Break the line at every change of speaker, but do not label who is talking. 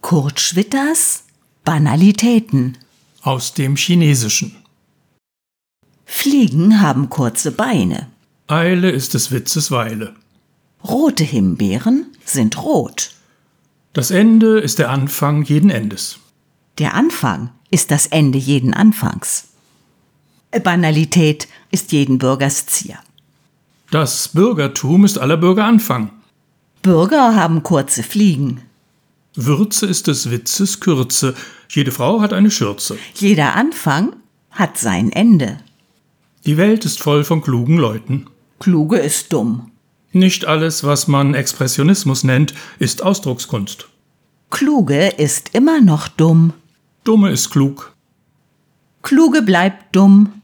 Kurt Schwitters Banalitäten.
Aus dem Chinesischen.
Fliegen haben kurze Beine.
Eile ist des Witzes Weile.
Rote Himbeeren sind rot.
Das Ende ist der Anfang jeden Endes.
Der Anfang ist das Ende jeden Anfangs. Banalität ist jeden Bürgers Zier.
Das Bürgertum ist aller Bürger Anfang.
Bürger haben kurze Fliegen.
Würze ist des Witzes Kürze. Jede Frau hat eine Schürze.
Jeder Anfang hat sein Ende.
Die Welt ist voll von klugen Leuten.
Kluge ist dumm.
Nicht alles, was man Expressionismus nennt, ist Ausdruckskunst.
Kluge ist immer noch dumm.
Dumme ist klug.
Kluge bleibt dumm.